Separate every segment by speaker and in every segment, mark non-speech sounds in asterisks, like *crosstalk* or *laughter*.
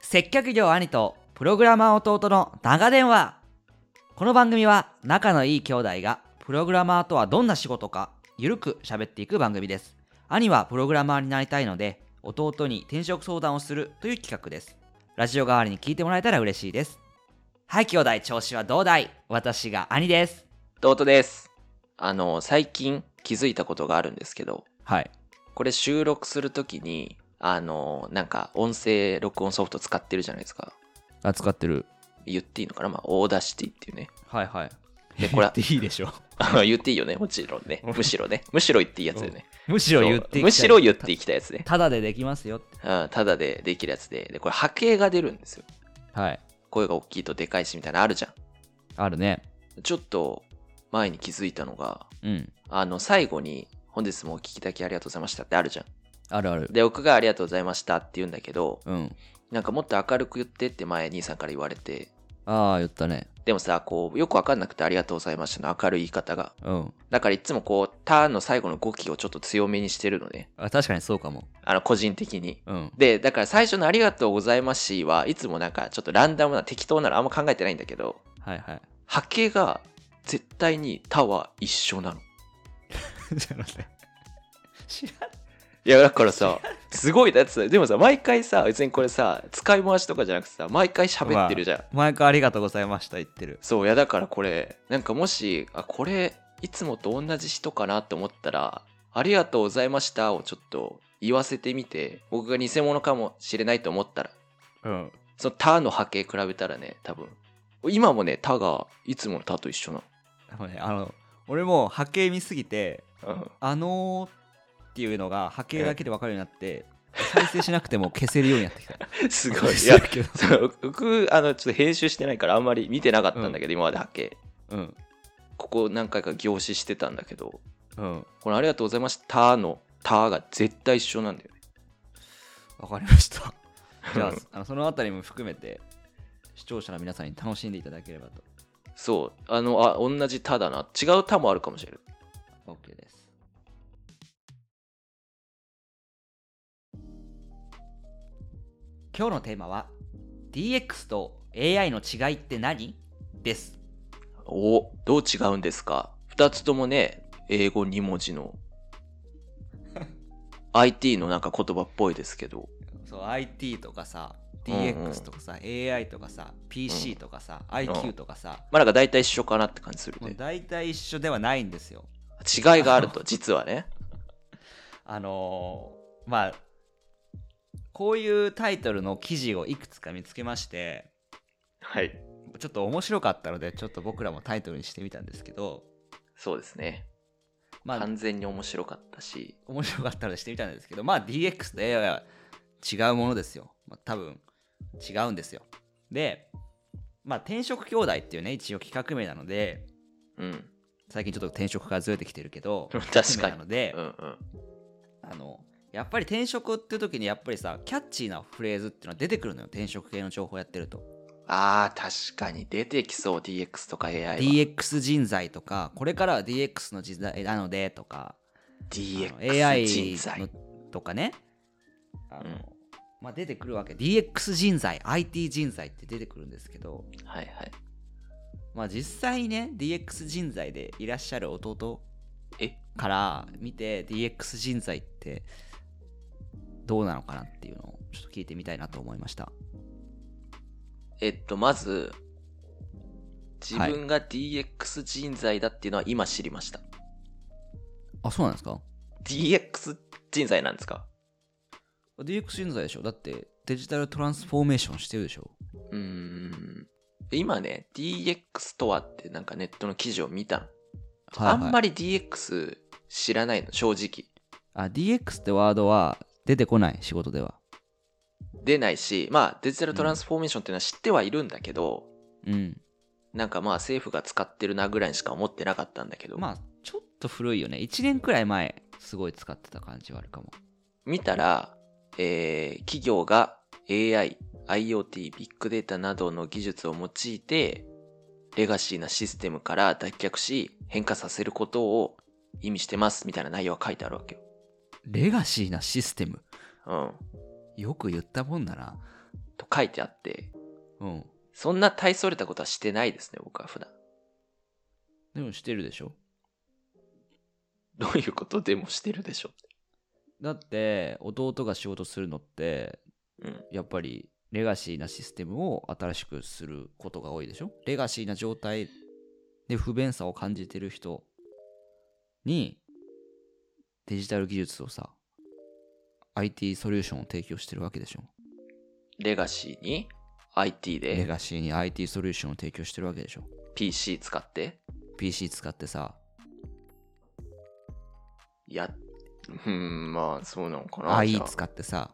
Speaker 1: 接客業兄とプログラマー弟の長電話この番組は仲のいい兄弟がプログラマーとはどんな仕事かゆるく喋っていく番組です兄はプログラマーになりたいので弟に転職相談をするという企画ですラジオ代わりに聞いてもらえたら嬉しいですはい兄弟調子はどうだい私が兄です
Speaker 2: 弟です。あの、最近気づいたことがあるんですけど、
Speaker 1: はい
Speaker 2: これ収録するときに、あの、なんか音声録音ソフト使ってるじゃないですか。
Speaker 1: 扱ってる
Speaker 2: 言っていいのかなまあ、オーダーシティっていうね。 *laughs*
Speaker 1: はいはい
Speaker 2: で、これは
Speaker 1: いいでしょ
Speaker 2: 言っていいよね。もちろん *laughs* ね。むしろね。むしろ言っていいやつだよね。
Speaker 1: *laughs* むし
Speaker 2: そうむしろ言っていきたいやつね。
Speaker 1: ただでできますよ
Speaker 2: うん、ただでできるやつで。で、これ波形が出るんですよ。
Speaker 1: はい
Speaker 2: 声が大きいとでかいしみたいなのあるじゃ
Speaker 1: あるね
Speaker 2: ん。ちょっと前に気づいたのが、
Speaker 1: うん
Speaker 2: あの、最後に、本日もお聞きいただきありがとうございましたってあるじゃん。
Speaker 1: あるある
Speaker 2: で、僕がありがとうございましたって言うんだけど、
Speaker 1: うん
Speaker 2: なんかもっと明るく言ってって前兄さんから言われて、
Speaker 1: ああ言ったね
Speaker 2: でもさ、こう、よくわかんなくてありがとうございましたの明るい言い方が。
Speaker 1: うん
Speaker 2: だからいつもこう、ターンの最後の語気をちょっと強めにしてるのね。
Speaker 1: あ確かにそうかも
Speaker 2: あの、個人的に。
Speaker 1: うん
Speaker 2: で、だから最初のありがとうございますしはいつもなんかちょっとランダムな適当なのあんま考えてないんだけど、
Speaker 1: はいはい *laughs*
Speaker 2: 波形が絶対に他は一緒なの。
Speaker 1: 知らない知ら
Speaker 2: いやだからさすごいだってさでもさ毎回さ別にこれさ使い回しとかじゃなくてさ毎回喋ってるじゃん、
Speaker 1: 毎回ありがとうございました言ってる
Speaker 2: そういやだからこれなんかもしあこれいつもと同じ人かなって思ったら「ありがとうございました」をちょっと言わせてみて僕が偽物かもしれないと思ったら
Speaker 1: うん
Speaker 2: その「他の波形比べたらね多分今もね「他がいつもの「他と一緒な
Speaker 1: あのねあの俺も波形見すぎて
Speaker 2: の、うん
Speaker 1: 「あのー」っていうのが波形だけで分かるようになって再生しなくても消せるようになってきた
Speaker 2: *laughs* す
Speaker 1: *laughs*
Speaker 2: ごいい
Speaker 1: い
Speaker 2: や
Speaker 1: やけど
Speaker 2: そう僕あのちょっと編集してないからあんまり見てなかったんだけど、今まで波形
Speaker 1: うん
Speaker 2: ここ何回か凝視してたんだけど
Speaker 1: うん
Speaker 2: この「ありがとうございました」の「た」が絶対一緒なんだよね
Speaker 1: 分かりましたじゃあ
Speaker 2: うん
Speaker 1: あのそのあたりも含めて視聴者の皆さんに楽しんでいただければと
Speaker 2: そうあのあ同じ「た」だな違う「た」もあるかもしれない
Speaker 1: OK です今日のテーマは DX と AI の違いって何です
Speaker 2: おどう違うんですか2つともね英語2文字
Speaker 1: *laughs*
Speaker 2: の IT のなんか言葉っぽいですけど
Speaker 1: そう IT とかさ
Speaker 2: うんうん
Speaker 1: DX とかさ、AI とかさ PC とかさ、IQ とかさ、
Speaker 2: まあなんか大体一緒かなって感じする
Speaker 1: もう
Speaker 2: ね
Speaker 1: 大体一緒ではないんですよ
Speaker 2: 違いがあると実
Speaker 1: *laughs*
Speaker 2: はね
Speaker 1: あのーまあこういうタイトルの記事をいくつか見つけまして
Speaker 2: はい
Speaker 1: ちょっと面白かったのでちょっと僕らもタイトルにしてみたんですけど
Speaker 2: そうですね
Speaker 1: まあ
Speaker 2: 完全に面白かったし
Speaker 1: 面白かったのでしてみたんですけどまあ DX と AI は違うものですよ、まあ、多分違うんですよでまあ転職兄弟っていうね一応企画名なので *laughs*
Speaker 2: うん
Speaker 1: 最近ちょっと転職からずれてきてるけど
Speaker 2: *laughs* 確かに
Speaker 1: 企画名なので、
Speaker 2: うんうん
Speaker 1: あのやっぱり転職っていう時にやっぱりさキャッチーなフレーズっていうのは出てくるのよ転職系の情報やってると
Speaker 2: あー確かに出てきそう DX とか AI は
Speaker 1: DX 人材とかこれからは DX の時代なのでとかあの
Speaker 2: DX
Speaker 1: AI
Speaker 2: 人材
Speaker 1: のとかねあの、
Speaker 2: うん
Speaker 1: まあ、出てくるわけ DX 人材 IT 人材って出てくるんですけど、
Speaker 2: はいはい
Speaker 1: まあ、実際にね DX 人材でいらっしゃる弟
Speaker 2: え
Speaker 1: から見て DX 人材ってどうなのかなっていうのをちょっと聞いてみたいなと思いました
Speaker 2: えっとまず自分が DX 人材だっていうのは今知りました、
Speaker 1: あそうなんですか
Speaker 2: DX 人材なんですか
Speaker 1: DX 人材でしょだってデジタルトランスフォーメーションしてるでしょ
Speaker 2: うーん今ね DX とはってなんかネットの記事を見たの、あんま
Speaker 1: り
Speaker 2: り DX 知らないの正直
Speaker 1: あ DX ってワードは出てこない仕事では
Speaker 2: 出ないしまあデジタルトランスフォーメーションっていうのは知ってはいるんだけど、
Speaker 1: うん
Speaker 2: なんかまあ政府が使ってるなぐらいしか思ってなかったんだけど、
Speaker 1: まあちょっと古いよね1年くらい前すごい使ってた感じはあるかも
Speaker 2: 見たら、えー企業が AI、IoT、ビッグデータなどの技術を用いて、レガシーなシステムから脱却し、変化させることを意味してますみたいな内容が書いてあるわけよ。
Speaker 1: レガシーなシステム
Speaker 2: うん。
Speaker 1: よく言ったもんだな
Speaker 2: と書いてあって、
Speaker 1: うん。
Speaker 2: そんな大それたことはしてないですね、僕は普段。
Speaker 1: でもしてるでしょ
Speaker 2: どういうことでもしてるでしょ
Speaker 1: だって、弟が仕事するのって、
Speaker 2: うん
Speaker 1: やっぱり、レガシーなシステムを新しくすることが多いでしょレガシーな状態で不便さを感じてる人に、デジタル技術をさ、IT ソリューションを提供してるわけでしょ
Speaker 2: レガシーに IT
Speaker 1: レ
Speaker 2: で
Speaker 1: ガシーに IT ソリューションを提供してるわけでしょ
Speaker 2: PC 使って
Speaker 1: PC 使ってさ、
Speaker 2: や、 *laughs* うん、まあそうなのかな。じ
Speaker 1: IE
Speaker 2: ゃ
Speaker 1: 使ってさ、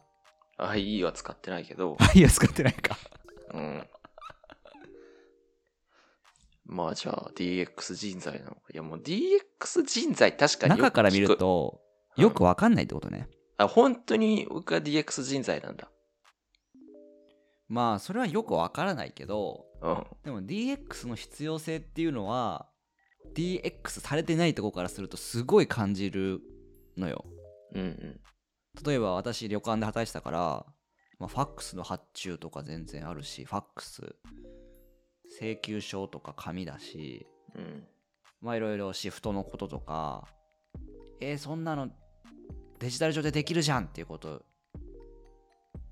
Speaker 2: あ IE は使ってないけど、
Speaker 1: IE は使ってないか。
Speaker 2: うん。まあじゃあ DX 人材なのか。いやもう DX 人材確かによく
Speaker 1: 中から見
Speaker 2: 聞
Speaker 1: る
Speaker 2: く。
Speaker 1: と、
Speaker 2: うん
Speaker 1: よくわかんないってことね。
Speaker 2: あ、本当に僕は DX 人材なんだ。
Speaker 1: まあ、それはよくわからないけど、
Speaker 2: うん。
Speaker 1: でも DX の必要性っていうのは DX されてないとこからするとすごい感じるのよ
Speaker 2: うんうん。
Speaker 1: 例えば私旅館で働いてたから、まあ、ファックスの発注とか全然あるしファックス請求書とか紙だし
Speaker 2: うん。
Speaker 1: まあいろいろシフトのこととかえーそんなのデジタル上でできるじゃんっていうこと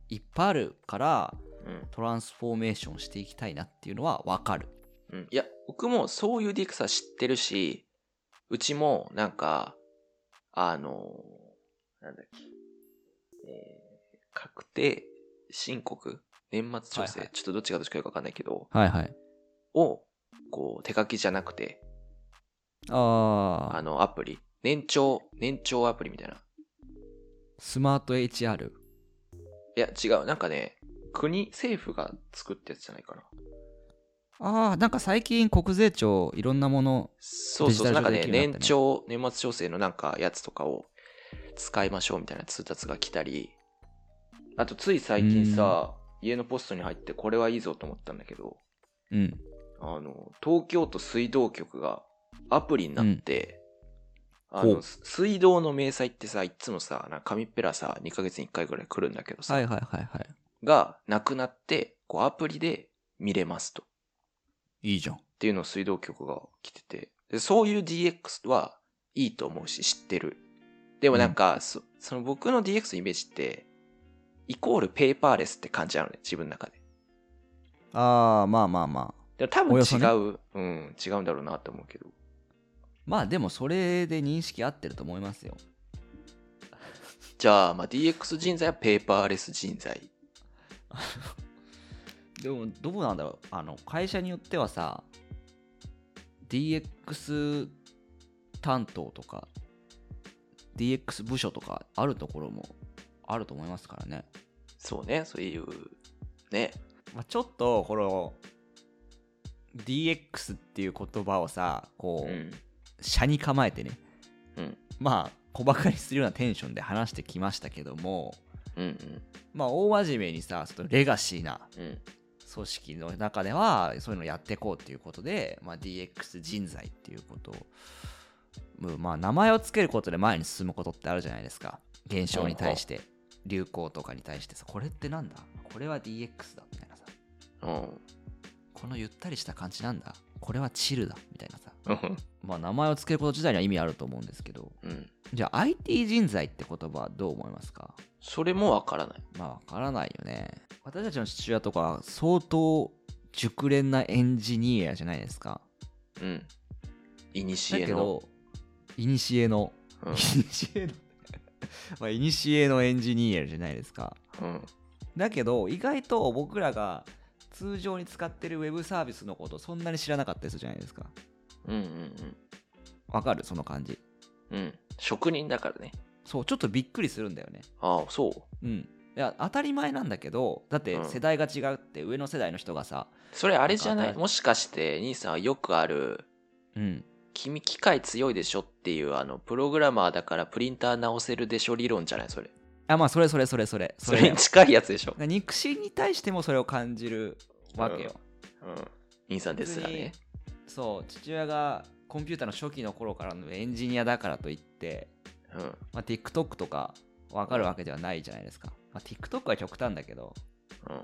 Speaker 1: いっぱいあるから
Speaker 2: うん。
Speaker 1: トランスフォーメーションしていきたいなっていうのはわかる
Speaker 2: うん、いや、僕もそういう DX は知ってるし、うちもなんか、あの、なんだっけ、えー確定申告年末調整、
Speaker 1: はいはい
Speaker 2: ちょっとどっちがどっちかよくわかんないけど、
Speaker 1: はいはい
Speaker 2: を、こう、手書きじゃなくて、
Speaker 1: ああ
Speaker 2: あの、アプリ、年長、年長アプリみたいな。
Speaker 1: スマート HR。
Speaker 2: いや、違う、なんかね、国、政府が作ったやつじゃないかな。
Speaker 1: ああ、なんか最近国税庁いろんなもの。
Speaker 2: そうそうそ
Speaker 1: デ
Speaker 2: う、な
Speaker 1: ジタ
Speaker 2: んか
Speaker 1: ル上
Speaker 2: ね
Speaker 1: で、できるようになったね
Speaker 2: 年長、年末調整のなんかやつとかを使いましょうみたいな通達が来たり、あとつい最近さ、家のポストに入ってこれはいいぞと思ったんだけど、
Speaker 1: うん。
Speaker 2: あの、東京都水道局がアプリになって、あ
Speaker 1: ほ
Speaker 2: の、
Speaker 1: う
Speaker 2: す水道の明細ってさ、いつもさ、なんか紙っぺらさ、2ヶ月に1回ぐらい来るんだけどさ、
Speaker 1: はいはいはいは
Speaker 2: がなくなって、こうアプリで見れますと。
Speaker 1: い。いいじゃん。
Speaker 2: っていうのを水道局が来ててでそういう DX はいいと思うし知ってるでもなんか、そその僕の DX のイメージってイコールペーパーレスって感じなのね自分の中で
Speaker 1: ああ、まあまあまあ。
Speaker 2: でも多
Speaker 1: お
Speaker 2: 分
Speaker 1: よ
Speaker 2: 違、
Speaker 1: そう
Speaker 2: うん違うんだろうなと思うけど
Speaker 1: まあでもそれで認識合ってると思いますよ。
Speaker 2: じゃあ,、まあ DX 人材はペーパーレス人材
Speaker 1: でもどうなんだろう。あの、会社によってはさ、DX 担当とか、DX 部署とかあるところもあると思いますからね。
Speaker 2: そうねそういうね
Speaker 1: まあ、ちょっと、この、DX っていう言葉をさ、こ
Speaker 2: う
Speaker 1: う、
Speaker 2: ん
Speaker 1: 社に構えてね、
Speaker 2: うん
Speaker 1: まあ小バカにするようなテンションで話してきましたけども
Speaker 2: うんうん
Speaker 1: まあ大真面目にさそのレガシーな
Speaker 2: うん
Speaker 1: 組織の中ではそういうのやっていこうっていうことで、まあ、DX 人材っていうことをうんまあ名前を付けることで前に進むことってあるじゃないですか現象に対して流行とかに対してさこれってなんだこれは DX だみたいなさ
Speaker 2: うん
Speaker 1: このゆったりした感じなんだこれはチルだみたいなさ
Speaker 2: うん
Speaker 1: まあ名前を付けること自体には意味あると思うんですけど
Speaker 2: うん
Speaker 1: じゃあ IT 人材って言葉はどう思いますか
Speaker 2: それもわからない
Speaker 1: まあわからないよね。私たちの父親とか相当熟練なエンジニアじゃないですか。
Speaker 2: うんいにし
Speaker 1: だ
Speaker 2: え
Speaker 1: け
Speaker 2: の、
Speaker 1: ど、いにしえの、
Speaker 2: うん
Speaker 1: いにしえの、 *laughs* まあ、いにしえのエンジニアじゃないですか。
Speaker 2: うん、
Speaker 1: だけど、意外と僕らが通常に使ってるウェブサービスのことそんなに知らなかったりするじゃないですか。
Speaker 2: うんうん
Speaker 1: わかるその感じ。
Speaker 2: うんうん職人だからね
Speaker 1: そう、ちょっとびっくりするんだよね。
Speaker 2: ああそう
Speaker 1: うん。いや、当たり前なんだけど、だって
Speaker 2: うん
Speaker 1: 世代が違うって上の世代の人がさ、
Speaker 2: それあれじゃな
Speaker 1: なん
Speaker 2: い
Speaker 1: か
Speaker 2: もしかして兄さんはよくある
Speaker 1: うん。
Speaker 2: 「君機械強いでしょ」っていうあのプログラマーだからプリンター直せるでしょ理論じゃないそれ
Speaker 1: あ、まあ、それそれそれそれ。
Speaker 2: そ
Speaker 1: それ
Speaker 2: れ
Speaker 1: だ
Speaker 2: に
Speaker 1: よ
Speaker 2: 近いやつでしょ、
Speaker 1: 肉親に対してもそれを感じるわけよ。
Speaker 2: うん、兄さんですらね
Speaker 1: そう、父親がコンピューターの初期の頃からのエンジニアだからといって、
Speaker 2: うん
Speaker 1: まあ、TikTok とかわかるわけではないじゃないですか。まあ、TikTok は極端だけど、
Speaker 2: うんま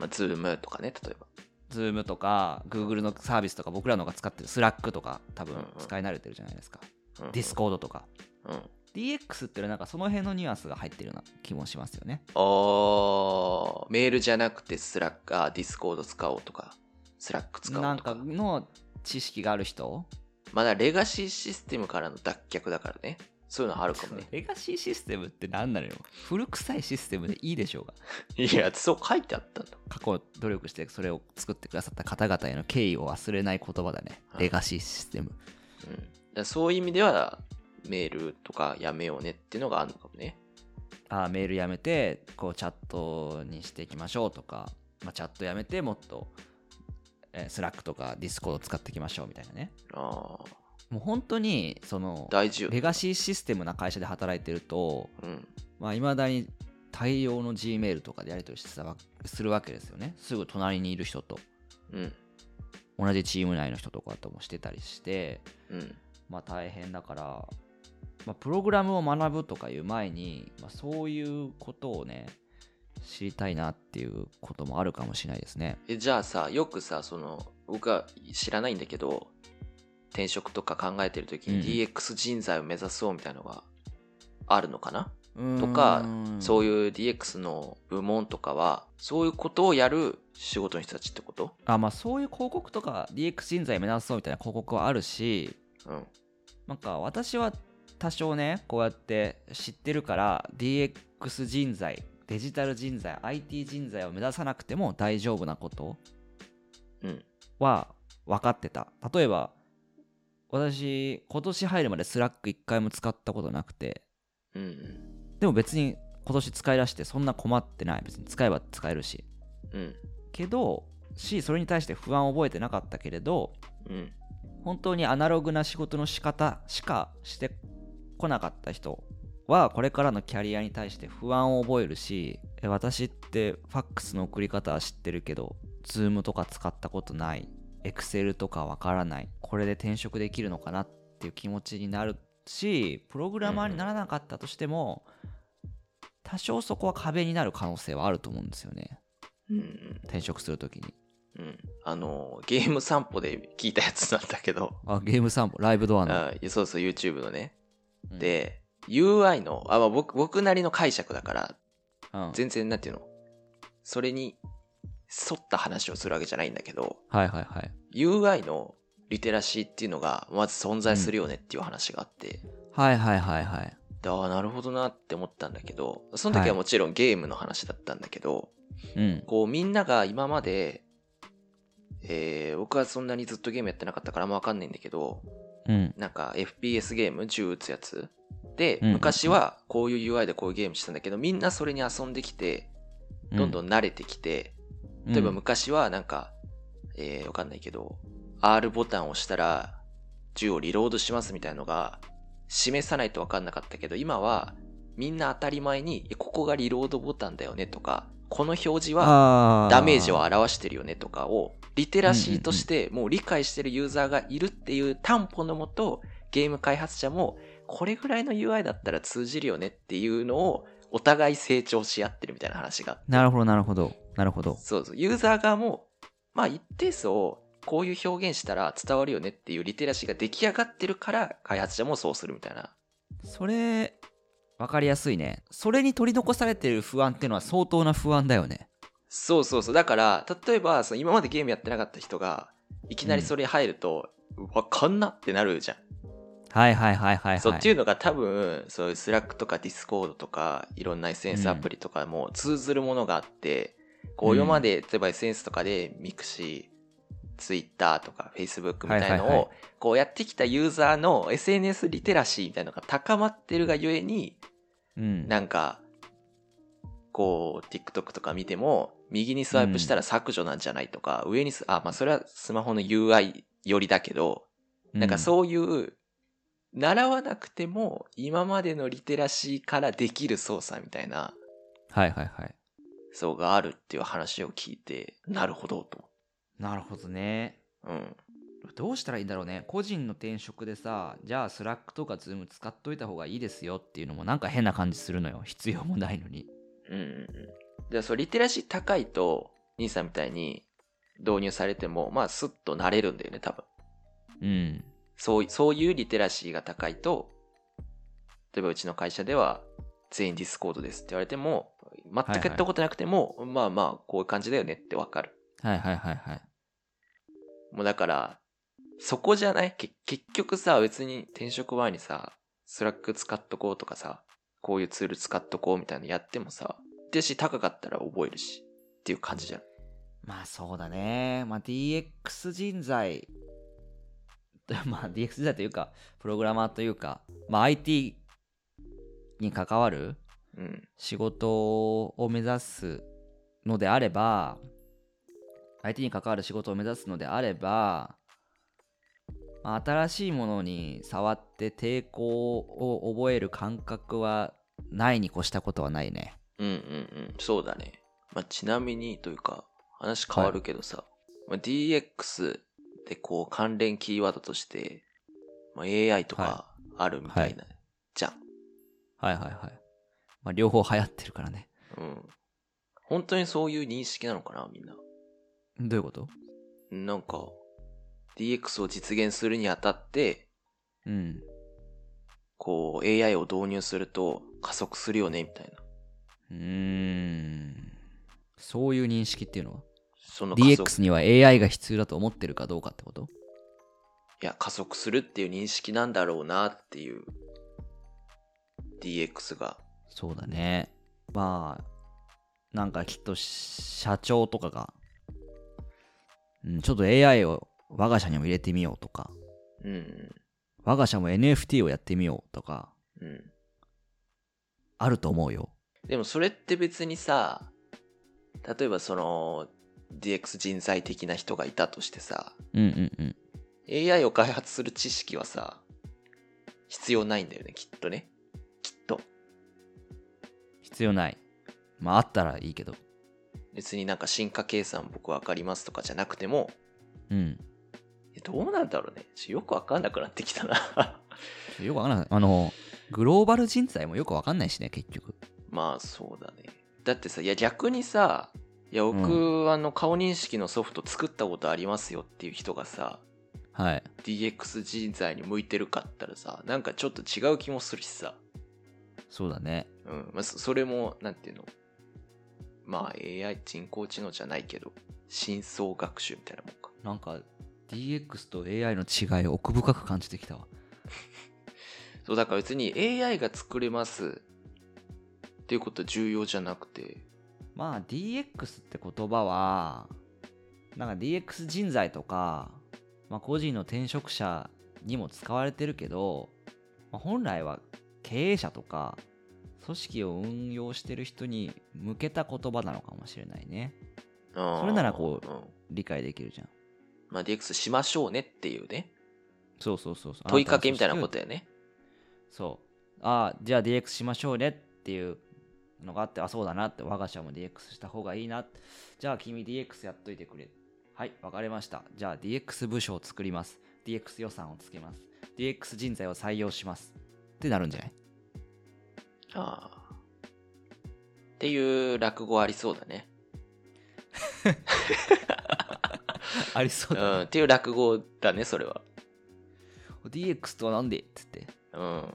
Speaker 2: あ、ズームとかね、例えば。
Speaker 1: Zoom とか Google のサービスとか僕らのが使ってる Slack とか多
Speaker 2: うんう
Speaker 1: 分
Speaker 2: ん
Speaker 1: 使い慣れてるじゃないですか、
Speaker 2: うん
Speaker 1: Discord とか
Speaker 2: うん。あ
Speaker 1: DX っていうのはなんかその辺のニュアンスが入ってるような気もしますよね
Speaker 2: ーメールじゃなくて、スラック、あ、ディスコード使おうとか、スラック使お
Speaker 1: な
Speaker 2: うんとか。
Speaker 1: かの知識がある人。
Speaker 2: まだレガシーシステムからの脱却だからね。そういうのあるかもね
Speaker 1: レガシーシステムって何なのよ古臭いシステムでいいでしょうが
Speaker 2: *laughs* いや、そう書いてあったんだ。
Speaker 1: 過去努力してそれを作ってくださった方々への敬意を忘れない言葉だね
Speaker 2: はい
Speaker 1: レガシーシステム
Speaker 2: うん、だからそういう意味では、メールとかやめようねっていうのがあるのかもね。
Speaker 1: あーメールやめてこうチャットにしていきましょうとか、まあ、チャットやめてもっと、えー、スラックとかディスコード使っていきましょうみたいなね
Speaker 2: ああ、
Speaker 1: もう本当にその
Speaker 2: 大事よ。
Speaker 1: レガシーシステムな会社で働いてると
Speaker 2: うん。
Speaker 1: まあ、未だに対応の G メールとかでやり取りしてたわするわけですよねすぐ隣にいる人と
Speaker 2: うん。
Speaker 1: 同じチーム内の人とかともしてたりして
Speaker 2: うん。
Speaker 1: まあ大変だから、まあ、プログラムを学ぶとかいう前に、まあ、そういうことをね知りたいなっていうこともあるかもしれないですね。
Speaker 2: えじゃあさよくさその僕は知らないんだけど転職とか考えてる時に
Speaker 1: うん
Speaker 2: DX 人材を目指そうみたいなのがあるのかな、
Speaker 1: と
Speaker 2: かそう
Speaker 1: いうーん。
Speaker 2: いう DX の部門とかはそういうことをやる仕事の人たちってこと
Speaker 1: あまあそういう広告とか DX 人材目指そうみたいな広告はあるし
Speaker 2: うん
Speaker 1: なんか私は多少ねこうやって知ってるから DX 人材デジタル人材 IT 人材を目指さなくても大丈夫なこと
Speaker 2: うん
Speaker 1: は分かってた例えば私今年入るまでスラック1回も使ったことなくて
Speaker 2: うんうん
Speaker 1: でも別に今年使い出してそんな困ってない別に使えば使えるし
Speaker 2: うん
Speaker 1: けどしそれに対して不安を覚えてなかったけれど
Speaker 2: うん
Speaker 1: 本当にアナログな仕事の仕方しかしてこなかった人はこれからのキャリアに対して不安を覚えるしえ私ってファックスの送り方は知ってるけど Zoom とか使ったことない Excel とかわからないこれで転職できるのかなっていう気持ちになるしプログラマーにならなかったとしても多少そこは壁になる可能性はあると思うんですよね
Speaker 2: うんうん
Speaker 1: 転職するときに
Speaker 2: うんあのゲーム散歩で聞いたやつなんだけど
Speaker 1: あゲーム散歩ライブドアの
Speaker 2: あそうそう YouTube のね、
Speaker 1: うん
Speaker 2: で UI のあ、まあ、僕僕なりの解釈だから
Speaker 1: うんはい
Speaker 2: 全然なんていうのそれに沿った話をするわけじゃないんだけど
Speaker 1: はいはい
Speaker 2: UI のリテラシーっていうのがまず存在するよねっていう話があって、
Speaker 1: はいはいはいはい
Speaker 2: でああなるほどなって思ったんだけどその時
Speaker 1: はい
Speaker 2: はもちろんゲームの話だったんだけど、
Speaker 1: うん
Speaker 2: こうみんなが今まで、えー僕はそんなにずっとゲームやってなかったからあんまわかんないんだけど
Speaker 1: うん。
Speaker 2: なんか FPS ゲーム銃撃つやつで、
Speaker 1: うん
Speaker 2: 昔はこういう UI でこういうゲームしてたんだけどみんなそれに遊んできてどんど
Speaker 1: ん、
Speaker 2: ん慣れてきて、例えば昔はなんか、えー、わかんないけど、R ボタンを押したら銃をリロードしますみたいのが示さないとわかんなかったけど、今はみんな当たり前に、えここがリロードボタンだよねとか、この表示は
Speaker 1: は
Speaker 2: ダメージを表してるよねとかを、リテラシーとしてもう理解してるユーザーがいるっていう担保のもと、ゲーム開発者もこれぐらいの UI だったら通じるよねっていうのをお互い成長し合ってるみたいな話があって
Speaker 1: なるほど、なるほど。なるほど。
Speaker 2: そうそう。ユーザー側も、まあ一定層、こういう表現したら伝わるよねっていうリテラシーが出来上がってるから、開発者もそうするみたいな。
Speaker 1: それ、わかりやすいね。それに取り残されてる不安ってのは相当な不安だよね。
Speaker 2: そうそうそう。だから、例えば、その今までゲームやってなかった人が、いきなりそれ入ると、わかんなってなるじゃん。
Speaker 1: はいはいはいはい、はい。
Speaker 2: そうっていうのが多分、そういうスラックとかディスコードとか、いろんな SNS アプリとかも通ずるものがあって、こ
Speaker 1: う
Speaker 2: うん今まで、例えば SNS とかでミクシー、ツイッターとか Facebook みた
Speaker 1: はい
Speaker 2: いの
Speaker 1: はいはい
Speaker 2: を、こうやってきたユーザーの SNS リテラシーみたいなのが高まってるがゆえに、
Speaker 1: うん。
Speaker 2: なんか、こう、TikTok とか見ても、右にスワイプしたら削除なんじゃないとか、上にす、あ、まあそれはスマホの UI よりだけど、なんかそういう、習わなくても今までのリテラシーからできる操作みたいな
Speaker 1: うん。はいはいはい。
Speaker 2: 層があるっていう話を聞いて、なるほどと。
Speaker 1: なるほどね。
Speaker 2: うん。
Speaker 1: どうしたらいいんだろうね。個人の転職でさ、じゃあスラックとかズーム使っといた方がいいですよっていうのもなんか変な感じするのよ。必要もないのに。
Speaker 2: うんうんうん。で、そう、リテラシー高いと、兄さんみたいに導入されても、まあ、スッとなれるんだよね、多分。
Speaker 1: うん。
Speaker 2: そうい、そういうリテラシーが高いと、例えばうちの会社では、全員ディスコードですって言われても、全くやったことなくても、まあまあ、こういう感じだよねってわかる。
Speaker 1: はいはいはいはい。
Speaker 2: もうだから、そこじゃないけ結局さ、別に転職前にさ、スラック使っとこうとかさ、こういうツール使っとこうみたいなのやってもさ、でし、高かったら覚えるし、っていう感じじゃん。
Speaker 1: まあそうだね。まあ DX 人材、 *laughs* まあ DX 人材というか、プログラマーというか、まあ IT に関わる
Speaker 2: うん。
Speaker 1: 仕事を目指すのであれば IT に関わる仕事を目指すのであれば、まあ、新しいものに触って抵抗を覚える感覚はないに越したことはないね
Speaker 2: うんうんうん。そうだね。まあ、ちなみにというか、話変わるけどさ、まあ、DX でこう関連キーワードとして、まあ、AI とかあるみたいな、じゃん。
Speaker 1: はいはいはい、まあ、両方流行ってるからね
Speaker 2: うん。本当にそういう認識なのかな、みんな。
Speaker 1: どういうこと
Speaker 2: なんか、DX を実現するにあたって、
Speaker 1: うん
Speaker 2: こう、AI を導入すると加速するよね、みたいな。
Speaker 1: うーんそういう認識っていうのは
Speaker 2: その加速、
Speaker 1: DX には AI が必要だと思ってるかどうかってこと
Speaker 2: いや、加速するっていう認識なんだろうな、っていう。DX が。
Speaker 1: そうだね。まあ、なんかきっと社長とかが、うん、ちょっと AI を我が社にも入れてみようとか、
Speaker 2: うん、
Speaker 1: 我が社も NFT をやってみようとか、
Speaker 2: うん。
Speaker 1: あると思うよ。
Speaker 2: でもそれって別にさ、例えばその、DX 人材的な人がいたとしてさ、
Speaker 1: うんうんうん。
Speaker 2: AI を開発する知識はさ、必要ないんだよね、きっとね。きっと。
Speaker 1: 必要ない。まああったらいいけど。
Speaker 2: 別になんか進化計算僕わかりますとかじゃなくても、
Speaker 1: うん。
Speaker 2: えどうなんだろうね。ちょよくわかんなくなってきたな。 *laughs*
Speaker 1: ちょよくわからない。あの、グローバル人材もよくわかんないしね、結局。
Speaker 2: まあそうだね。だってさ、いや逆にさ、いや僕、あの顔認識のソフト作ったことありますよっていう人がさ、
Speaker 1: はい。
Speaker 2: DX 人材に向いてるかったらさ、なんかちょっと違う気もするしさ。
Speaker 1: そうだね。
Speaker 2: うん。まあそそれも、なんていうの。まあ AI 人工知能じゃないけど、深層学習みたいなもんか。
Speaker 1: なんか、DX と AI の違いを奥深く感じてきたわ。
Speaker 2: そう、だから別に AI が作れますっていうことは重要じゃなくて、
Speaker 1: まあ DX って言葉はなんか DX 人材とか、まあ、個人の転職者にも使われてるけど、まあ、本来は経営者とか組織を運用してる人に向けた言葉なのかもしれないね
Speaker 2: そ
Speaker 1: それならこう
Speaker 2: うん、
Speaker 1: 理解できるじゃん
Speaker 2: まあ、DX しましょうねっていうね、
Speaker 1: そうそうそうそう
Speaker 2: 問いかけみたいなことやね。
Speaker 1: そうああじゃあ DX しましょうねっていうのがあってあそうだなって我が社も DX した方がいいなじゃあ君 DX やっといてくれはいわかりましたじゃあ DX 部署を作ります DX 予算をつけます DX 人材を採用しますってなるんじゃない
Speaker 2: ああ。っていう落語ありそうだね。
Speaker 1: ありそううだ、
Speaker 2: ん、っていう落語だね、それは。
Speaker 1: DX とはなんでっつって
Speaker 2: うん。
Speaker 1: うん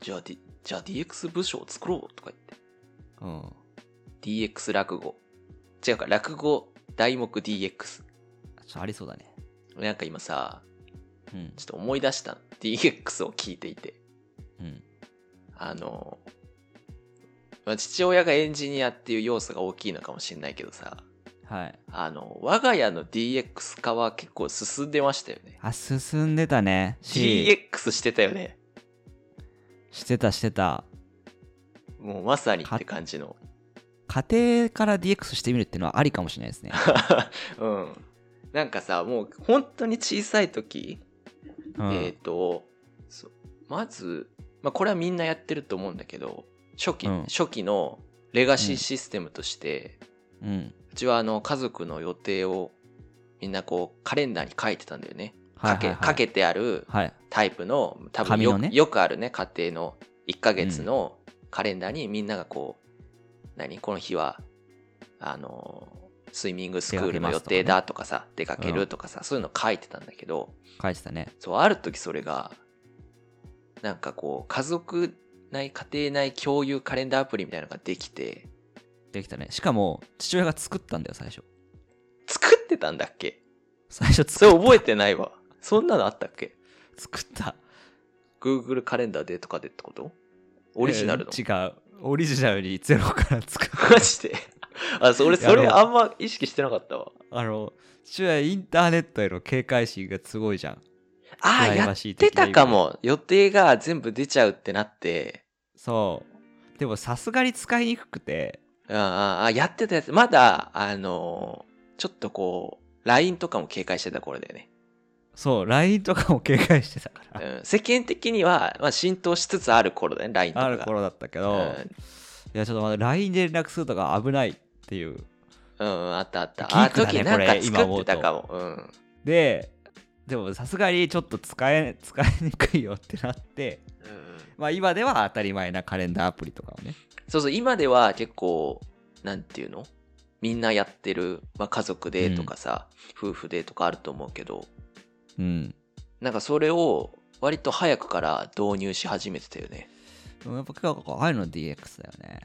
Speaker 2: じゃあ、D、じゃあ DX 部署を作ろうとか
Speaker 1: うん
Speaker 2: 言って。DX 落語。違うか、落語、題目 DX。
Speaker 1: ちょありそうだね
Speaker 2: なんか今さ、
Speaker 1: うん
Speaker 2: ちょっと思い出したの DX を聞いていて。
Speaker 1: うん
Speaker 2: あの、まあ、父親がエンジニアっていう要素が大きいのかもしれないけどさ、
Speaker 1: はい
Speaker 2: あの、我が家の DX 化は結構進んでましたよね。
Speaker 1: あ進んでたね C
Speaker 2: DX してたよね。
Speaker 1: してたしてた
Speaker 2: もうまさにって感じの。
Speaker 1: 家庭から DX してみるっていうのはありかもしれないですね
Speaker 2: うん。なんかさ、もう本当に小さい時、
Speaker 1: うん
Speaker 2: えっ、と、そまず、まあこれはみんなやってると思うんだけど、初期、
Speaker 1: うん
Speaker 2: 初期のレガシーシステムとして、
Speaker 1: うん。
Speaker 2: うちはあの家族の予定をみんなこうカレンダーに書いてたんだよね。
Speaker 1: は
Speaker 2: か
Speaker 1: いはいは
Speaker 2: け
Speaker 1: い
Speaker 2: かけてある
Speaker 1: はい。
Speaker 2: タイプの多分
Speaker 1: 紙
Speaker 2: よ,、
Speaker 1: のね
Speaker 2: よくあるね家庭の1ヶ月のカレンダーにみんながこう、何この日はあの、スイミングスクールの予定だとかさ、出か
Speaker 1: けますとかね
Speaker 2: けるとかさ、そういうの書いてたんだけど、
Speaker 1: 返したね。
Speaker 2: そう、ある時それが、なんかこう、家族内、家庭内共有カレンダーアプリみたいなのができて、
Speaker 1: できたね。しかも、父親が作ったんだよ、最初。
Speaker 2: 作ってたんだっけ
Speaker 1: 最初
Speaker 2: それ
Speaker 1: 作っ
Speaker 2: 覚えてないわ。そんなのあったっけ
Speaker 1: 作った。
Speaker 2: ?Google カレンダーでとかでってことオリジナルの。
Speaker 1: えー違う。オリジナルにゼロから作る。
Speaker 2: *laughs* マジで。あ、それ、そ
Speaker 1: い
Speaker 2: れ
Speaker 1: や
Speaker 2: あんま意識してなかったわ。
Speaker 1: *laughs* あの、父親インターネットへの警戒心がすごいじゃん。
Speaker 2: あ
Speaker 1: プ
Speaker 2: ー、
Speaker 1: ライ
Speaker 2: や
Speaker 1: バ
Speaker 2: っ
Speaker 1: シー
Speaker 2: て
Speaker 1: 的な意味
Speaker 2: た
Speaker 1: で
Speaker 2: か。も。予定が全部出ちゃうってなって。
Speaker 1: そう。でもさすがに使いにくくて、
Speaker 2: うんうんあ、やってたやつ。まだ、あのーちょっとこう、LINE とかも警戒してた頃だよね。
Speaker 1: そう、LINE とかも警戒してたから。
Speaker 2: うん、世間的には、まあ、浸透しつつある頃だよね、LINE とか
Speaker 1: あ
Speaker 2: が。
Speaker 1: る頃だったけど、
Speaker 2: うん
Speaker 1: いやちょっとまだ LINE で連絡するとか危ないっていう
Speaker 2: うんうん、あったあった。
Speaker 1: ピー
Speaker 2: あ、
Speaker 1: クだね
Speaker 2: 時なん
Speaker 1: こ
Speaker 2: か
Speaker 1: れ今
Speaker 2: 作
Speaker 1: 思
Speaker 2: って
Speaker 1: うと
Speaker 2: たかも。うん。
Speaker 1: ででもさすがにちょっと使え使いにくいよってなって
Speaker 2: うんうん
Speaker 1: まあ今では当たり前なカレンダーアプリとかをね
Speaker 2: そうそう、今では結構、なんていうのみんなやってる、まあ、家族でとかさ、夫婦でとかあると思うけど、
Speaker 1: うん
Speaker 2: なんかそれを割と早くから導入し始めてたよね。
Speaker 1: でもやっぱ結構ああいうの DX だよね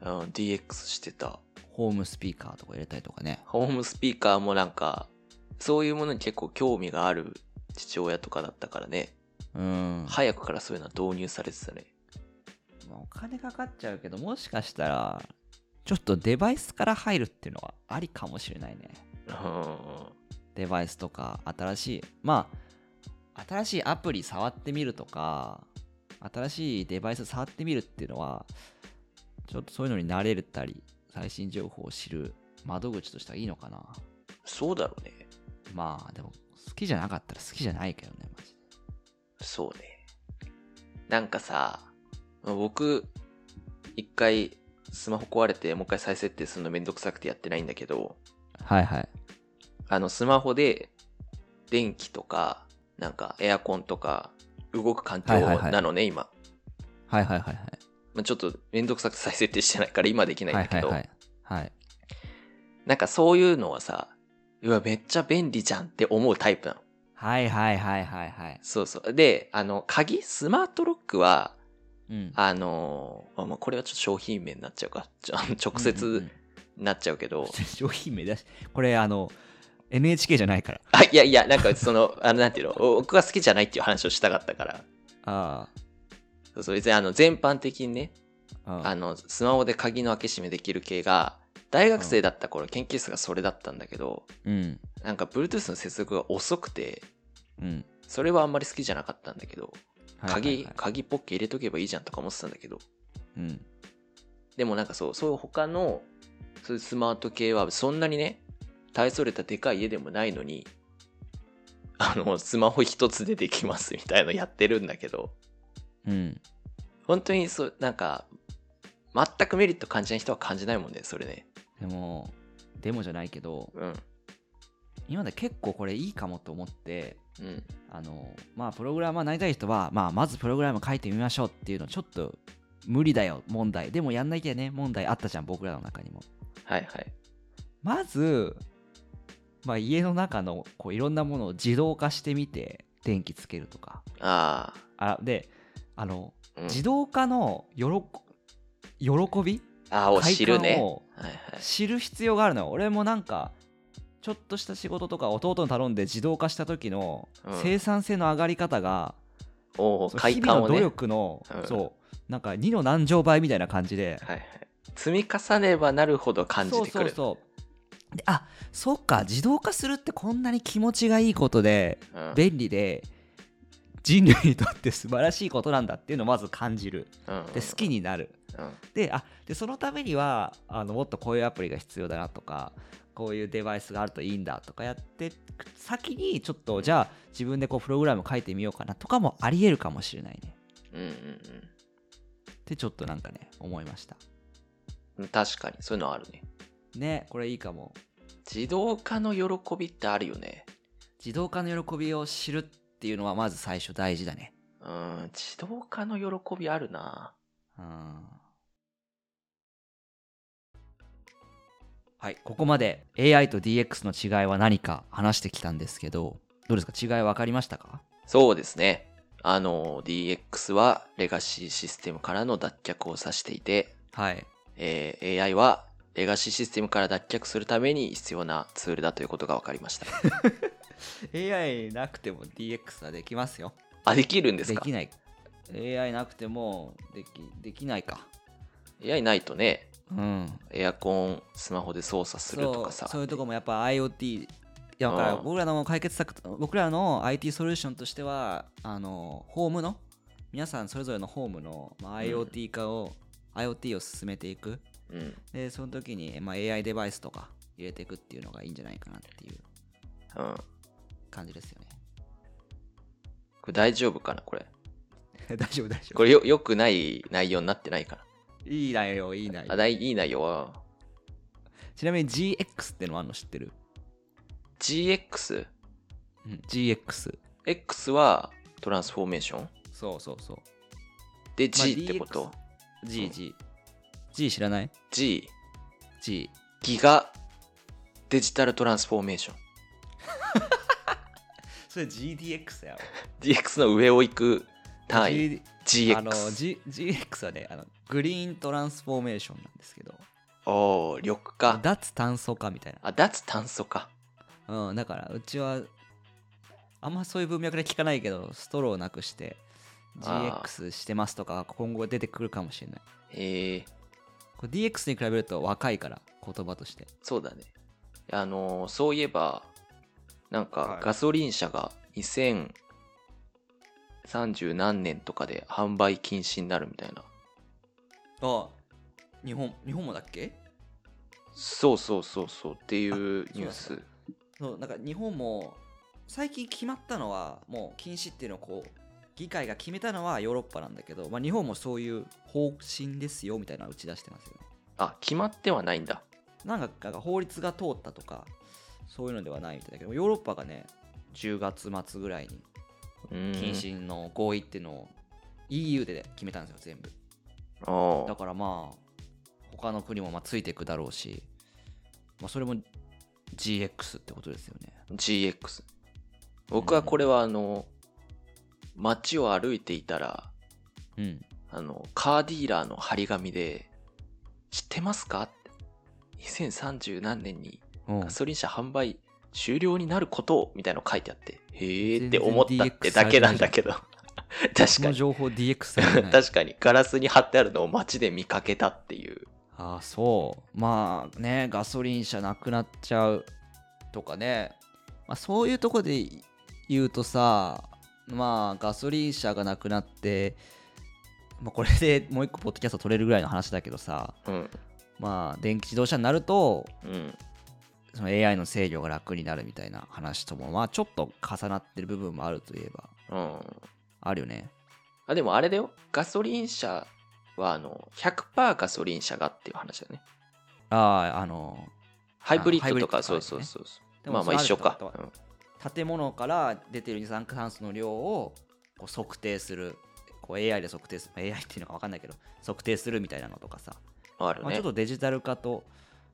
Speaker 2: うん、DX してた。
Speaker 1: ホームスピーカーとか入れたりとかね
Speaker 2: ホームスピーカーもなんか、そういうものに結構興味がある父親とかだったからね、
Speaker 1: うん、
Speaker 2: 早くからそういうのは導入されてたね。
Speaker 1: まあお金かかっちゃうけどもしかしたらちょっとデバイスから入るっていうのはありかもしれないね
Speaker 2: うん。
Speaker 1: デバイスとか新しいまあ新しいアプリ触ってみるとか新しいデバイス触ってみるっていうのはちょっとそういうのに慣れたり最新情報を知る窓口としてはいいのかな
Speaker 2: そうだろうね。
Speaker 1: まあでも好きじゃなかったら好きじゃないけどねマジで
Speaker 2: そうね。なんかさ、僕、一回スマホ壊れてもう一回再設定するのめんどくさくてやってないんだけど、
Speaker 1: はいはい
Speaker 2: あのスマホで電気とか、なんかエアコンとか動く環境
Speaker 1: はいはいはい
Speaker 2: なのね、今。
Speaker 1: はいはいはい
Speaker 2: まあ、ちょっとめんどくさくて再設定してないから今できないん
Speaker 1: はい
Speaker 2: だ
Speaker 1: は
Speaker 2: け
Speaker 1: い
Speaker 2: ど、
Speaker 1: はいはい
Speaker 2: なんかそういうのはさ、うわ、めっちゃ便利じゃんって思うタイプなの。
Speaker 1: はいはいはいはいはい
Speaker 2: そうそう。で、あの、鍵スマートロックは、
Speaker 1: うん
Speaker 2: あのーあまあ、これはちょっと商品名になっちゃうか。ちょあの直
Speaker 1: うんうん
Speaker 2: 接
Speaker 1: うん
Speaker 2: になっちゃうけど。
Speaker 1: 商品名出しこれあの NHK じゃないから
Speaker 2: あ、いやいや、なんかその、
Speaker 1: *laughs*
Speaker 2: あの、なんていうの、お僕が好きじゃないっていう話をしたかったから。
Speaker 1: あ
Speaker 2: そうそう、別にあの、全般的にね、
Speaker 1: ああ
Speaker 2: あの、スマホで鍵の開け閉めできる系が、大学生だった頃、研究室がそれだったんだけど、
Speaker 1: うん
Speaker 2: なんか Bluetooth の接続が遅くて、
Speaker 1: うん
Speaker 2: それはあんまり好きじゃなかったんだけど、
Speaker 1: はいはい
Speaker 2: 鍵
Speaker 1: はい、
Speaker 2: 鍵ポッケ入れとけばいいじゃんとか思ってたんだけど、
Speaker 1: うん
Speaker 2: でもなんかそう、そういう他の、そういうスマート系はそんなにね、大それたでかい家でもないのに、あの、スマホ一つでできますみたいのやってるんだけど、
Speaker 1: うん
Speaker 2: 本当にそう、なんか、全くメリット感じない人は感じないもんね、それね。
Speaker 1: でもでもじゃないけど
Speaker 2: うん。
Speaker 1: 今まで結構これいいかもと思って
Speaker 2: うん。
Speaker 1: あのまあプログラマーになりたい人は、まあ、まずプログラム書いてみましょうっていうのちょっと無理だよ問題でもやんなきゃね問題あったじゃん僕らの中にも
Speaker 2: はいはい。
Speaker 1: まず、まあ、家の中のこういろんなものを自動化してみて電気つけるとか
Speaker 2: あ
Speaker 1: あであの
Speaker 2: あ、うん、
Speaker 1: 自動化の喜喜び
Speaker 2: ああ、を知る
Speaker 1: 快
Speaker 2: ね
Speaker 1: 感。を
Speaker 2: はいはい。
Speaker 1: 知る必要があるのよ俺もなんかちょっとした仕事とか弟に頼んで自動化した時の
Speaker 2: うん
Speaker 1: 生産性の上がり方が、
Speaker 2: おお、
Speaker 1: そう
Speaker 2: 快
Speaker 1: 日々
Speaker 2: 感
Speaker 1: の
Speaker 2: を
Speaker 1: 努
Speaker 2: ね。はい
Speaker 1: 力の、
Speaker 2: うん
Speaker 1: そうなんか2の何乗倍みたいな感じで
Speaker 2: はい。積み重ねばなるほど感じてくる。
Speaker 1: そうそうそうであそっか自動化するってこんなに気持ちがいいことで
Speaker 2: うん
Speaker 1: 便利で人類にとって素晴らしいことなんだっていうのをまず感じる
Speaker 2: うん
Speaker 1: で好きになる
Speaker 2: うん
Speaker 1: であでそのためにはあのもっとこういうアプリが必要だなとかこういうデバイスがあるといいんだとかやってく先にちょっとじゃあ自分でこうプログラム書いてみようかなとかもありえるかもしれないね
Speaker 2: うんうんうん。
Speaker 1: ってちょっとなんかね思いました
Speaker 2: うん確かにそういうのはあるね
Speaker 1: ねこれいいかも
Speaker 2: 自動化の喜びってあるよね
Speaker 1: 自動化の喜びを知るっていうのはまず最初大事だね
Speaker 2: うん自動化の喜びあるな
Speaker 1: うんはい、ここまで AI と DX の違いは何か話してきたんですけど、どうですか違い分かりましたか
Speaker 2: そうですね。あの、DX はレガシーシステムからの脱却を指していて、
Speaker 1: はい。
Speaker 2: えー AI はレガシーシステムから脱却するために必要なツールだということが分かりました。 *laughs*
Speaker 1: AI なくても DX はできますよ。
Speaker 2: あ、できるんです
Speaker 1: で
Speaker 2: か
Speaker 1: きない。AI なくてもできできないか。
Speaker 2: ?AI ないとね、
Speaker 1: うん。
Speaker 2: エアコンスマホで操作するとかさ。
Speaker 1: そうそういうとこもやっぱ IoT いやだから
Speaker 2: うん
Speaker 1: 僕らの解決策僕らの IT ソリューションとしてはあのホームの皆さんそれぞれのホームの、まあ、
Speaker 2: うん
Speaker 1: IoT 化を、IoT を進めていく
Speaker 2: うん。
Speaker 1: でその時に、まあ、AI デバイスとか入れていくっていうのがいいんじゃないかなっていう
Speaker 2: うん。
Speaker 1: 感じですよね *laughs*
Speaker 2: これ大丈夫かなこれ。
Speaker 1: 大丈夫大丈
Speaker 2: これよ、良くない内容になってないか
Speaker 1: いい内容いい内
Speaker 2: なあ、
Speaker 1: 容
Speaker 2: ないいい内容は。
Speaker 1: ちなみに GX ってのはあるの知ってる、
Speaker 2: GX?X
Speaker 1: うん ?GX
Speaker 2: はトランスフォーメーション
Speaker 1: そうそうそう
Speaker 2: で
Speaker 1: まあ
Speaker 2: G ってこと、うん
Speaker 1: GG、G 知らない
Speaker 2: ?G。
Speaker 1: ?G
Speaker 2: ギガデジタルトランスフォーメーション。
Speaker 1: それ GDX やろ
Speaker 2: DX の上を行く単位。
Speaker 1: *laughs* G-
Speaker 2: GX。
Speaker 1: あの G GX はねあのグリーントランスフォーメーションなんですけど
Speaker 2: おお緑化。
Speaker 1: 脱炭素化みたい
Speaker 2: あ、脱炭素化。
Speaker 1: な、うん、だからうちはあんまそういう文脈で聞かないけどストローをなくして
Speaker 2: あー
Speaker 1: GX してますとか今後出てくるかもしれない
Speaker 2: えー、
Speaker 1: これ DX に比べると若いから言葉として
Speaker 2: そうだね。あのーそういえば、なん
Speaker 1: は
Speaker 2: か
Speaker 1: い
Speaker 2: ガソリン車が2030何年とかで販売禁止になるみたいな。
Speaker 1: あ日本日本もだっけ
Speaker 2: そうそうそうそうっていうニュー
Speaker 1: あそう
Speaker 2: ス。
Speaker 1: そうなんか日本も最近決まったのはもう禁止っていうのをこう議会が決めたのはヨーロッパなんだけど、まあ、日本もそういう方針ですよみたいなのを打ち出してますよね
Speaker 2: あ、決まってはないんだ。
Speaker 1: なんかなんか法律が通ったとかそういうのではないみたいだけどヨーロッパがね10月末ぐらいに
Speaker 2: うーん
Speaker 1: 禁。止の合意っていうのを EU で決めたんですよ全部
Speaker 2: お
Speaker 1: だ
Speaker 2: ー
Speaker 1: からまあ他の国もまあついていくだろうし、まあ、それも GX ってことですよね
Speaker 2: GX。僕はこれはあの、街を歩いていたら、
Speaker 1: うん
Speaker 2: あの、カーディーラーの張り紙で、知ってますかって2030何年に
Speaker 1: うん
Speaker 2: ガソリン車販売終了になることをみたいなの書いてあって、へーって思ったってだけなんだけど。 *laughs* 確
Speaker 1: そ
Speaker 2: か
Speaker 1: の
Speaker 2: に。
Speaker 1: 情報 DX されてない
Speaker 2: *laughs* 確かに。ガラスに貼ってあるのを街で見かけたっていう。
Speaker 1: ああそうまあねガソリン車なくなっちゃうとかね、まあ、そういうとこで言うとさまあガソリン車がなくなって、まあ、これでもう一個ポッドキャスト取れるぐらいの話だけどさ
Speaker 2: うん。
Speaker 1: まあ電気自動車になると
Speaker 2: うん。
Speaker 1: その AI の制御が楽になるみたいな話ともまあちょっと重なってる部分もあるといえば
Speaker 2: うん。
Speaker 1: あるよね
Speaker 2: あ、でもあれだよ。ガソリン車は、あの、100%ガソリン車がっていう話だね。
Speaker 1: あああの
Speaker 2: ハイブリッドと
Speaker 1: あ
Speaker 2: か、
Speaker 1: ハ
Speaker 2: そ
Speaker 1: イブリッドとか
Speaker 2: うそうそうそう。
Speaker 1: でも
Speaker 2: まあまあ
Speaker 1: そ
Speaker 2: 一
Speaker 1: れあ
Speaker 2: 緒
Speaker 1: る
Speaker 2: か
Speaker 1: って。ことは建物から出てる二酸化炭素の量をこう測定するこう AI で測定する AI っていうのか分かんないけど測定するみたいなのとかさ、
Speaker 2: うんある
Speaker 1: まあ、ちょ
Speaker 2: ね
Speaker 1: っ。とデジタル化と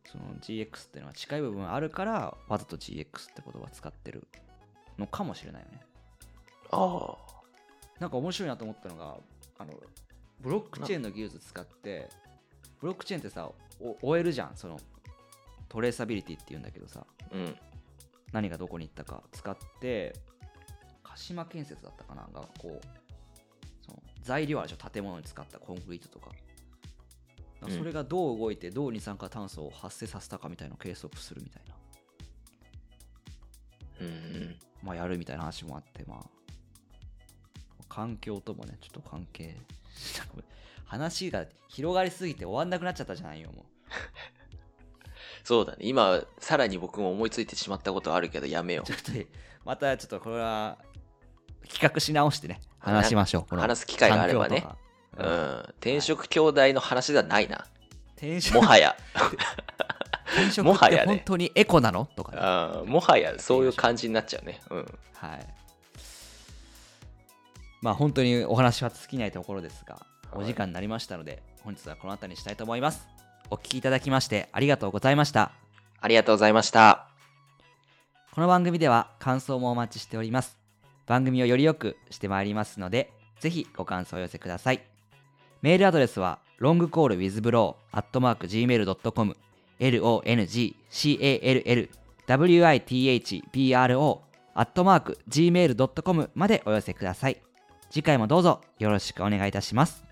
Speaker 1: その GX っていうのは近い部分あるからわざと GX って言葉使ってるのかもしれないよね
Speaker 2: あ
Speaker 1: なんか面白いなと思ったのがあのブロックチェーンの技術使ってブロックチェーンってさお終えるじゃんそのトレーサビリティっていうんだけどさ
Speaker 2: あ。うん。
Speaker 1: 何がどこに行ったか使って鹿島建設だったかながこうその材料あるでしょ建物に使ったコンクリートとかだから
Speaker 2: うん
Speaker 1: それがどう動いてどう二酸化炭素を発生させたかみたいなのを計測するみたいな、
Speaker 2: うん。
Speaker 1: まあ、やるみたいな話もあってまあ環境ともねちょっと関係話が広がりすぎて終わんなくなっちゃったじゃないよも
Speaker 2: そうだね。今、さらに僕も思いついてしまったことあるけど、やめよ
Speaker 1: うち
Speaker 2: う
Speaker 1: ょ。っとまたちょっとこれは企画し直してね話しましょうこの
Speaker 2: 話す機会があればね
Speaker 1: 環境と
Speaker 2: う
Speaker 1: かうん
Speaker 2: ん。転職兄弟の話ではないな。
Speaker 1: 転職
Speaker 2: もは
Speaker 1: *laughs*
Speaker 2: や。
Speaker 1: 転職
Speaker 2: もは
Speaker 1: っ
Speaker 2: や
Speaker 1: て
Speaker 2: ね
Speaker 1: 本当にエコなのとかね、
Speaker 2: あーもはや、そういう感じになっちゃうね。うん。
Speaker 1: はいまあ本当にお話は尽きないところですが
Speaker 2: は
Speaker 1: お
Speaker 2: い
Speaker 1: 時間になりましたので本日はこの辺りにしたいと思いますお聞きいただきましてありがとうございました
Speaker 2: ありがとうございました。
Speaker 1: この番組では感想もお待ちしております。番組をより良くしてまいりますので、ぜひご感想をお寄せください。メールアドレスは longcallwithbro.gmail.com longcallwithbro.gmail.com までお寄せください。次回もどうぞよろしくお願いいたします。